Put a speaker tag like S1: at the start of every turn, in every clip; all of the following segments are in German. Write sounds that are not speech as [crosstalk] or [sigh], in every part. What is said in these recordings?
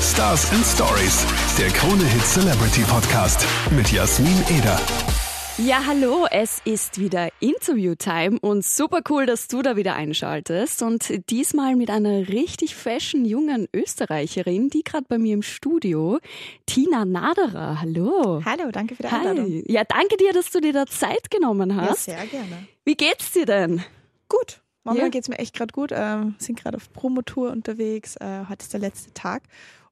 S1: Stars and Stories, der Krone-Hit Celebrity Podcast mit Jasmin Eder.
S2: Ja, hallo, es ist wieder Interview-Time und super cool, dass du da wieder einschaltest. Und diesmal mit einer richtig fashion jungen Österreicherin, die gerade bei mir im Studio, Tina Naderer. Hallo.
S3: Hallo, danke für die Einladung.
S2: Hi. Ja, danke dir, dass du dir da Zeit genommen
S3: Ja,
S2: hast.
S3: sehr gerne.
S2: Wie geht's dir denn?
S3: Gut. Momentan
S2: Ja.
S3: geht's mir echt gerade gut. Ähm, sind gerade auf Promotour unterwegs. Äh, heute ist der letzte Tag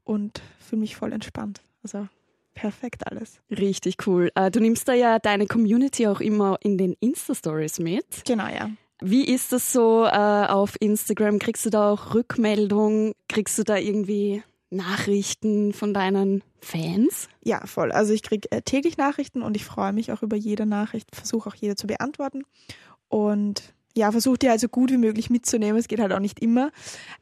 S3: und fühle mich voll entspannt. Also perfekt alles.
S2: Richtig cool. Äh, Du nimmst da ja deine Community auch immer in den Insta-Stories mit.
S3: Genau, ja.
S2: Wie ist das so äh, auf Instagram? Kriegst du da auch Rückmeldung? Kriegst du da irgendwie Nachrichten von deinen Fans?
S3: Ja, voll. Also ich kriege äh, täglich Nachrichten und ich freue mich auch über jede Nachricht, versuche auch jede zu beantworten und ja, versuche die halt so gut wie möglich mitzunehmen. Es geht halt auch nicht immer,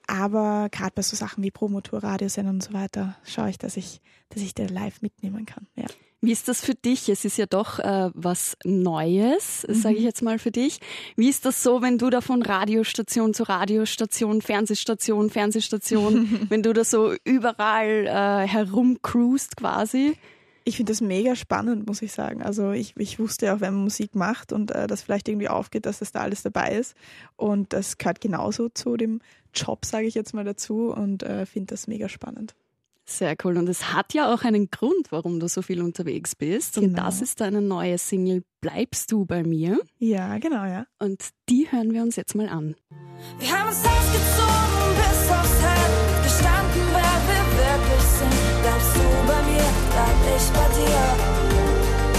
S3: aber gerade bei so Sachen wie Promotour, Radiosendern und so weiter, schaue ich, dass ich, dass ich da live mitnehmen kann. Ja.
S2: Wie ist das für dich? Es ist ja doch äh, was Neues, sage ich jetzt mal für dich. Wie ist das so, wenn du da von Radiostation zu Radiostation, Fernsehstation, Fernsehstation, wenn du da so überall äh, herumcruist quasi?
S3: Ich finde das mega spannend, muss ich sagen. Also ich, ich wusste auch, wenn man Musik macht und äh, das vielleicht irgendwie aufgeht, dass das da alles dabei ist. Und das gehört genauso zu dem Job, sage ich jetzt mal dazu und äh, finde das mega spannend.
S2: Sehr cool. Und es hat ja auch einen Grund, warum du so viel unterwegs bist. Und
S3: Genau.
S2: das ist deine neue Single Bleibst du bei mir?
S3: Ja, genau, ja.
S2: Und die hören wir uns jetzt mal an.
S4: Wir haben uns ausgezogen bis aufs Herz, gestanden, wer wir wirklich sind. Bleibst du bei mir, bleib ich bei dir.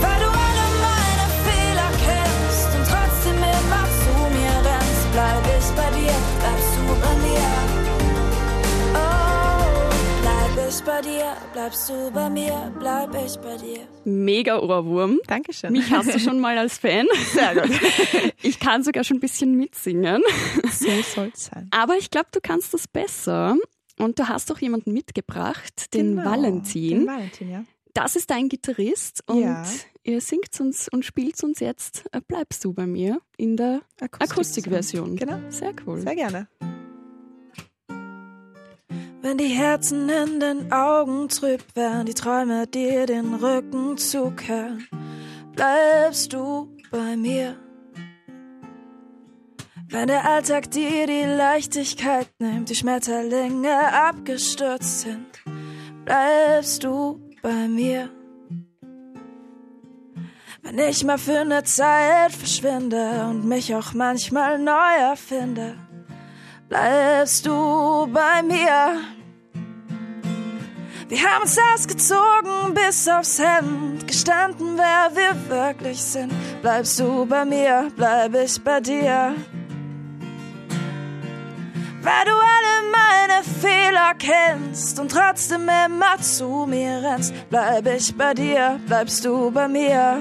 S4: Weil du alle meine Fehler kennst und trotzdem immer zu mir rennst, bleib ich bei dir, bleibst du bei mir. Oh, bleib ich bei dir, bleibst du bei mir, bleib ich bei dir.
S2: Mega Ohrwurm.
S3: Dankeschön.
S2: Mich hast du
S3: [laughs]
S2: schon mal als Fan. Sehr gut. Ich kann sogar schon ein bisschen mitsingen.
S3: so soll es sein.
S2: Aber ich glaube, du kannst das besser. Und du hast auch jemanden mitgebracht, den
S3: Genau, Den
S2: Valentin.
S3: Valentin, ja.
S2: Das ist dein Gitarrist und
S3: Ja.
S2: ihr singt uns und spielt uns jetzt äh, Bleibst du bei mir in der Akustikversion.
S3: Genau,
S2: Sehr cool.
S3: sehr gerne.
S4: Wenn die Herzen in den Augen trüb werden, die Träume dir den Rücken zukehren, bleibst du bei mir. Wenn der Alltag dir die Leichtigkeit nimmt, die Schmetterlinge abgestürzt sind, bleibst du bei mir. Wenn ich mal für eine Zeit verschwinde und mich auch manchmal neu erfinde, bleibst du bei mir. Wir haben uns ausgezogen bis aufs Hemd, gestanden, wer wir wirklich sind. Bleibst du bei mir, bleib ich bei dir. Weil du alle meine Fehler kennst und trotzdem immer zu mir rennst, bleib ich bei dir, bleibst du bei mir.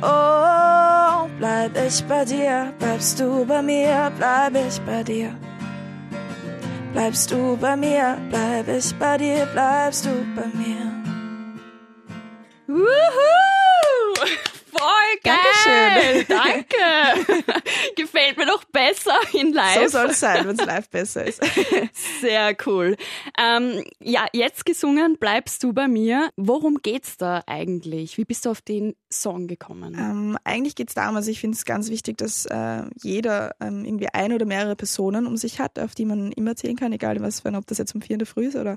S4: Oh, bleib ich bei dir, bleibst du bei mir, bleib ich bei dir. Bleibst du bei mir, bleib ich bei dir, bleibst du bei mir.
S2: Wuhu! Voll geil!
S3: Dankeschön.
S2: Danke! [laughs] Gefällt mir doch besser in
S3: So
S2: live.
S3: soll es sein, wenn es live besser ist.
S2: Sehr cool. Ähm, ja, jetzt gesungen, bleibst du bei mir. Worum geht's da eigentlich? Wie bist du auf den Song gekommen?
S3: Ähm, eigentlich geht's darum, also ich finde es ganz wichtig, dass äh, jeder ähm, irgendwie ein oder mehrere Personen um sich hat, auf die man immer zählen kann, egal in was für ein, ob das jetzt um vier in der Früh ist oder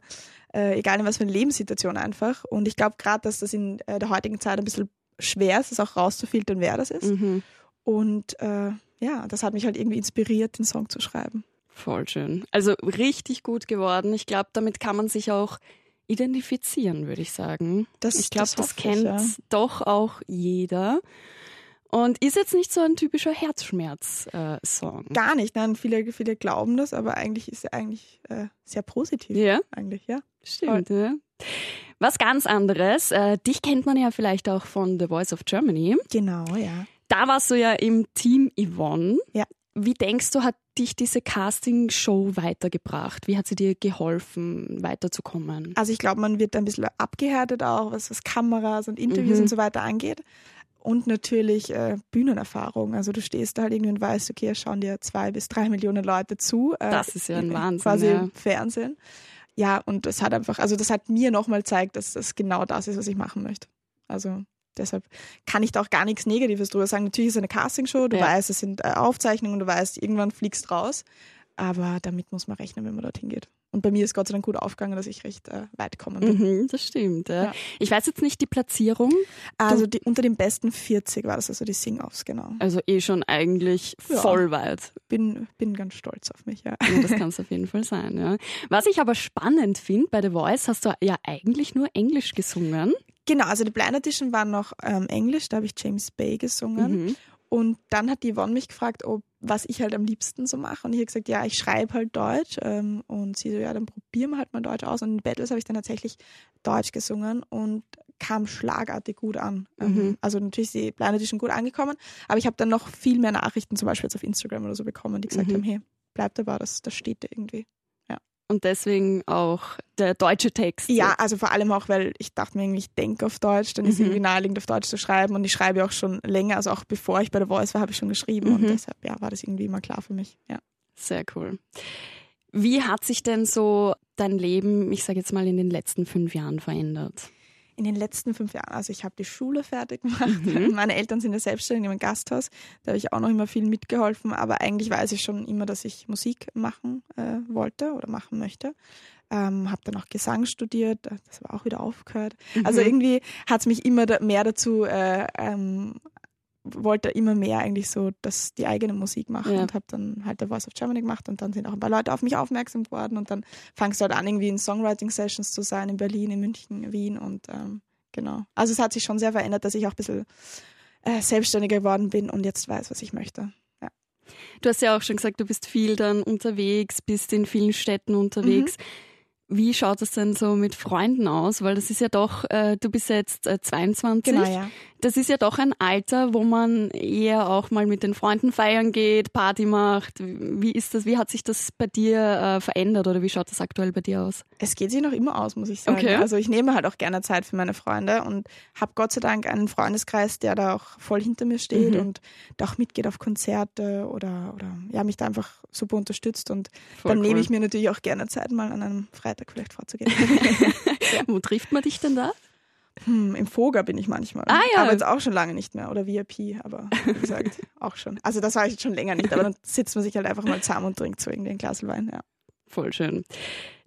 S3: äh, egal in was für eine Lebenssituation einfach. Und ich glaube gerade, dass das in äh, der heutigen Zeit ein bisschen schwer ist, das auch rauszufiltern, wer das ist.
S2: Mhm.
S3: Und äh, ja, das hat mich halt irgendwie inspiriert, den Song zu schreiben.
S2: Voll schön. Also richtig gut geworden. Ich glaube, damit kann man sich auch identifizieren, würde ich sagen.
S3: Das-
S2: ich glaube, das,
S3: das hoffe ich,
S2: kennt
S3: ja.
S2: doch auch jeder. Und ist jetzt nicht so ein typischer äh, Herzschmerz-Song.
S3: Gar nicht, nein, viele, viele glauben das, aber eigentlich ist er eigentlich äh, sehr positiv.
S2: ja.
S3: Eigentlich, ja.
S2: Stimmt, ja. Was ganz anderes. Äh, dich kennt man ja vielleicht auch von The Voice of Germany.
S3: Genau, ja.
S2: Da warst du ja im Team Yvonne.
S3: Ja.
S2: Wie denkst du, hat dich diese Casting-Show weitergebracht? Wie hat sie dir geholfen, weiterzukommen?
S3: Also ich glaube, man wird ein bisschen abgehärtet auch, was, was Kameras und Interviews
S2: Mhm.
S3: und so weiter angeht. Und natürlich äh, Bühnenerfahrung. Also du stehst da halt irgendwie und weißt, okay, es schauen dir zwei bis drei Millionen Leute zu. Äh,
S2: Das ist ja ein
S3: äh,
S2: Wahnsinn,
S3: Quasi
S2: ja.
S3: im Fernsehen. Ja, und es hat einfach, also das hat mir nochmal gezeigt, dass das genau das ist, was ich machen möchte. Also deshalb kann ich da auch gar nichts Negatives drüber sagen. Natürlich ist es eine Castingshow, du
S2: Ja.
S3: weißt, es sind äh, Aufzeichnungen, du weißt, irgendwann fliegst raus. Aber damit muss man rechnen, wenn man dorthin geht. Und bei mir ist Gott sei Dank gut aufgegangen, dass ich recht äh, weit gekommen bin.
S2: Mhm, das stimmt. Ja.
S3: Ja.
S2: Ich weiß jetzt nicht die Platzierung,
S3: Also die, unter den besten 40 war das, also die Sing-Offs, genau.
S2: also eh schon eigentlich
S3: Ja.
S2: voll weit.
S3: Bin, bin ganz stolz auf mich, ja.
S2: Ja, das kann es auf jeden Fall sein. Ja. Was ich aber spannend finde, bei The Voice hast du ja eigentlich nur Englisch gesungen.
S3: Genau, also die Blind Edition war noch ähm, Englisch, da habe ich James Bay gesungen.
S2: Mhm.
S3: Und dann hat die Yvonne mich gefragt, ob, was ich halt am liebsten so mache. Und ich habe gesagt, ja, ich schreibe halt Deutsch. Ähm, und sie so, ja, dann probieren wir halt mal Deutsch aus. Und in Battles habe ich dann tatsächlich Deutsch gesungen und kam schlagartig gut an.
S2: Mhm.
S3: Ähm, also natürlich ist die Blind Edition gut angekommen. Aber ich habe dann noch viel mehr Nachrichten, zum Beispiel jetzt auf Instagram oder so bekommen, die gesagt
S2: Mhm.
S3: haben, hey, bleib dabei, das, das steht dir irgendwie.
S2: Und deswegen auch der deutsche Text.
S3: Ja, also vor allem auch, weil ich dachte mir irgendwie, ich denke auf Deutsch, dann ist
S2: Mhm.
S3: irgendwie naheliegend auf Deutsch zu schreiben und ich schreibe ja auch schon länger, also auch bevor ich bei der Voice war, habe ich schon geschrieben und
S2: Mhm.
S3: deshalb ja, war das irgendwie immer klar für mich. Ja.
S2: Sehr cool. Wie hat sich denn so dein Leben, ich sage jetzt mal, in den letzten fünf Jahren verändert?
S3: In den letzten fünf Jahren, also ich habe die Schule fertig gemacht, [laughs] meine Eltern sind ja selbstständig im Gasthaus, da habe ich auch noch immer viel mitgeholfen, aber eigentlich weiß ich schon immer, dass ich Musik machen äh, wollte oder machen möchte. Ähm, habe dann auch Gesang studiert, äh, das war auch wieder aufgehört. Also irgendwie hat es mich immer da mehr dazu, äh, ähm, wollte immer mehr eigentlich so, dass die eigene Musik machen
S2: Ja.
S3: und habe dann halt der Voice of Germany gemacht und dann sind auch ein paar Leute auf mich aufmerksam geworden und dann fangst du halt an, irgendwie in Songwriting-Sessions zu sein, in Berlin, in München, Wien und ähm, genau. Also es hat sich schon sehr verändert, dass ich auch ein bisschen äh, selbstständiger geworden bin und jetzt weiß, was ich möchte.
S2: Du hast ja auch schon gesagt, du bist viel dann unterwegs, bist in vielen Städten unterwegs.
S3: Mhm.
S2: Wie schaut es denn so mit Freunden aus? Weil das ist ja doch, äh, du bist ja jetzt äh, 22.
S3: Genau, ja.
S2: Das ist ja doch ein Alter, wo man eher auch mal mit den Freunden feiern geht, Party macht. Wie ist das? Wie hat sich das bei dir äh, verändert oder wie schaut das aktuell bei dir aus?
S3: Es geht sich noch immer aus, muss ich sagen.
S2: Okay.
S3: Also ich nehme halt auch gerne Zeit für meine Freunde und habe Gott sei Dank einen Freundeskreis, der da auch voll hinter mir steht
S2: Mhm.
S3: und da auch mitgeht auf Konzerte oder, oder ja, mich da einfach super unterstützt. Und
S2: Voll
S3: dann nehme
S2: cool.
S3: ich mir natürlich auch gerne Zeit, mal an einem Freitag
S2: [laughs]
S3: vielleicht vorzugehen.
S2: Wo trifft man dich denn da?
S3: hm, Im Foga bin ich manchmal.
S2: Ah, ja.
S3: Aber jetzt auch schon lange nicht mehr. Oder VIP, aber wie gesagt,
S2: [laughs]
S3: auch schon. Also das war ich jetzt schon länger nicht, aber dann sitzt man sich halt einfach mal zusammen und trinkt so irgendwie ein Glas Wein. Ja.
S2: Voll schön.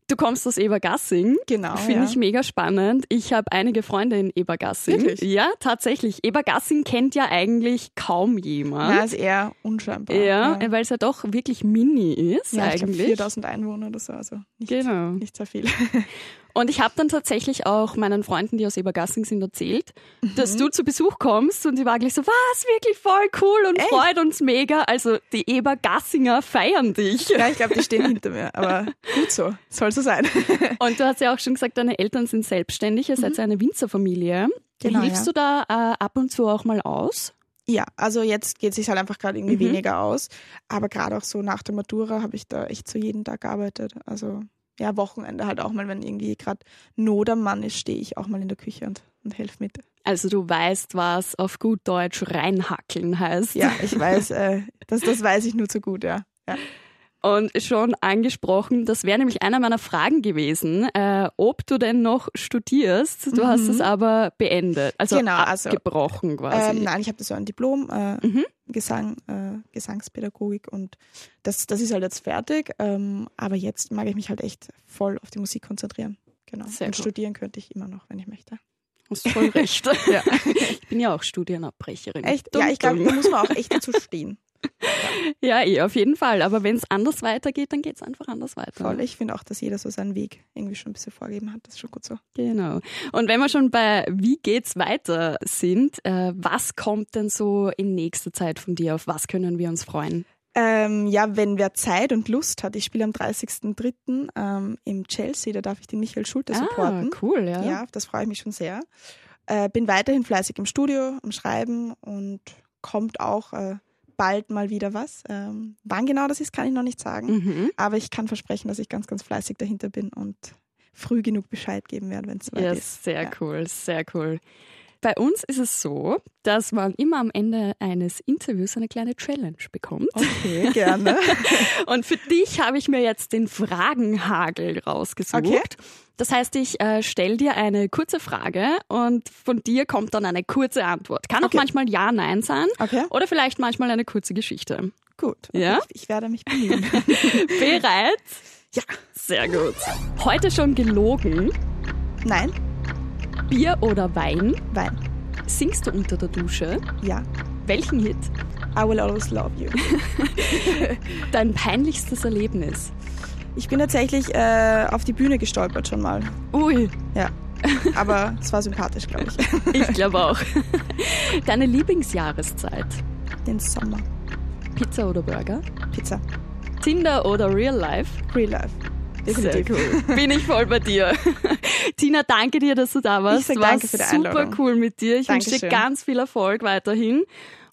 S2: Du kommst aus Ebergassing.
S3: Genau.
S2: Finde
S3: ja.
S2: ich mega spannend. Ich habe einige Freunde in Ebergassing.
S3: Wirklich?
S2: Ja, tatsächlich. Ebergassing kennt ja eigentlich kaum jemand.
S3: Na, ist eher unscheinbar.
S2: ja, weil es ja doch wirklich mini ist
S3: Ja, ich glaube
S2: eigentlich.
S3: 4000 Einwohner oder so, also nicht,
S2: genau.
S3: nicht sehr viel. [laughs]
S2: Und ich habe dann tatsächlich auch meinen Freunden, die aus Ebergassing sind, erzählt,
S3: Mhm.
S2: dass du zu Besuch kommst und die waren gleich so, was, wirklich voll cool und freut uns mega. Also die Ebergassinger feiern
S3: [laughs]
S2: dich.
S3: Ja, ich glaube, die stehen hinter mir, aber gut so, soll
S2: [laughs]
S3: so sein.
S2: Und du hast ja auch schon gesagt, deine Eltern sind selbstständig, ihr
S3: Mhm.
S2: seid so eine Winzerfamilie.
S3: Genau,
S2: Hilfst du
S3: ja.
S2: da äh, ab und zu auch mal aus?
S3: Ja, also jetzt geht es sich halt einfach gerade irgendwie
S2: Mhm.
S3: weniger aus, aber gerade auch so nach der Matura habe ich da echt so jeden Tag gearbeitet, also ja, Wochenende halt auch mal, wenn irgendwie gerade Not am Mann ist, stehe ich auch mal in der Küche und, und helfe mit.
S2: Also du weißt, was auf gut Deutsch reinhackeln heißt.
S3: Ja, ich weiß, äh, das, das weiß ich nur zu gut, ja. ja.
S2: Und schon angesprochen, das wäre nämlich einer meiner Fragen gewesen, äh, ob du denn noch studierst. Du hast es aber beendet, also
S3: Genau, also,
S2: abgebrochen quasi.
S3: Ähm, nein, ich habe das ja ein Diplom, äh,
S2: Mhm.
S3: Gesang, äh, Gesangspädagogik und das, das ist halt jetzt fertig. Ähm, aber jetzt mag ich mich halt echt voll auf die Musik konzentrieren. Genau.
S2: Sehr
S3: und
S2: gut.
S3: studieren könnte ich immer noch, wenn ich möchte.
S2: Hast voll [laughs] recht. Ich bin ja auch Studienabbrecherin.
S3: Echt?
S2: Dumm,
S3: ja, ich glaube, da
S2: dumm.
S3: muss man auch echt dazu
S2: [laughs]
S3: stehen.
S2: Ja, eh, auf jeden Fall. Aber wenn es anders weitergeht, dann geht es einfach anders weiter.
S3: Voll. Ich finde auch, dass jeder so seinen Weg irgendwie schon ein bisschen vorgegeben hat. Das ist schon gut so.
S2: Genau. Und wenn wir schon bei Wie geht's weiter sind, äh, was kommt denn so in nächster Zeit von dir? Auf was können wir uns freuen?
S3: Ähm, ja, wenn wer Zeit und Lust hat, ich spiele am 30.03. Ähm, im Chelsea, da darf ich den Michael Schulte supporten.
S2: Ah, cool, ja.
S3: Ja, auf das freue ich mich schon sehr. Äh, bin weiterhin fleißig im Studio, am Schreiben und kommt auch äh, bald mal wieder was. Ähm, wann genau das ist, kann ich noch nicht sagen.
S2: Mhm.
S3: Aber ich kann versprechen, dass ich ganz, ganz fleißig dahinter bin und früh genug Bescheid geben werde, wenn es soweit
S2: Ja,
S3: ist.
S2: sehr
S3: Ja.
S2: cool, sehr cool. bei uns ist es so, dass man immer am Ende eines Interviews eine kleine Challenge bekommt.
S3: Oh. Okay,
S2: [laughs]
S3: gerne.
S2: Und für dich habe ich mir jetzt den Fragenhagel rausgesucht.
S3: Okay.
S2: Das heißt, ich äh, stelle dir eine kurze Frage und von dir kommt dann eine kurze Antwort. Kann
S3: Okay.
S2: auch manchmal Ja, Nein sein
S3: Okay.
S2: oder vielleicht manchmal eine kurze Geschichte.
S3: Gut.
S2: Ja?
S3: Ich, ich werde mich
S2: [laughs]
S3: bemühen.
S2: Bereit? Ja. Sehr gut. Heute schon gelogen.
S3: Nein,
S2: Bier oder Wein?
S3: Wein.
S2: Singst du unter der Dusche?
S3: Ja.
S2: Welchen Hit?
S3: I will always love you.
S2: Dein peinlichstes Erlebnis?
S3: Ich bin tatsächlich äh, auf die Bühne gestolpert schon mal.
S2: Ui,
S3: Ja. Aber es war sympathisch, glaube
S2: [laughs]
S3: ich.
S2: ich glaube auch. [laughs] Deine Lieblingsjahreszeit?
S3: Den Sommer.
S2: Pizza oder Burger?
S3: Pizza.
S2: Tinder oder Real Life?
S3: Real Life.
S2: Sehr
S3: Definitiv.
S2: cool. Bin ich voll bei dir. [laughs] Tina, danke dir, dass du da warst.
S3: Ich sag
S2: War
S3: danke für die
S2: super
S3: Einladung.
S2: cool mit dir. Ich wünsche dir
S3: Dankeschön.
S2: ganz viel Erfolg weiterhin.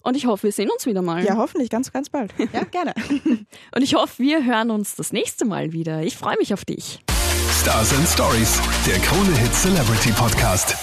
S2: Und ich hoffe, wir sehen uns wieder mal.
S3: Ja, hoffentlich ganz, ganz bald. Ja, gerne.
S2: Und ich hoffe, wir hören uns das nächste Mal wieder. Ich freue mich auf dich.
S1: Stars and Stories, der Krone Hit Celebrity Podcast.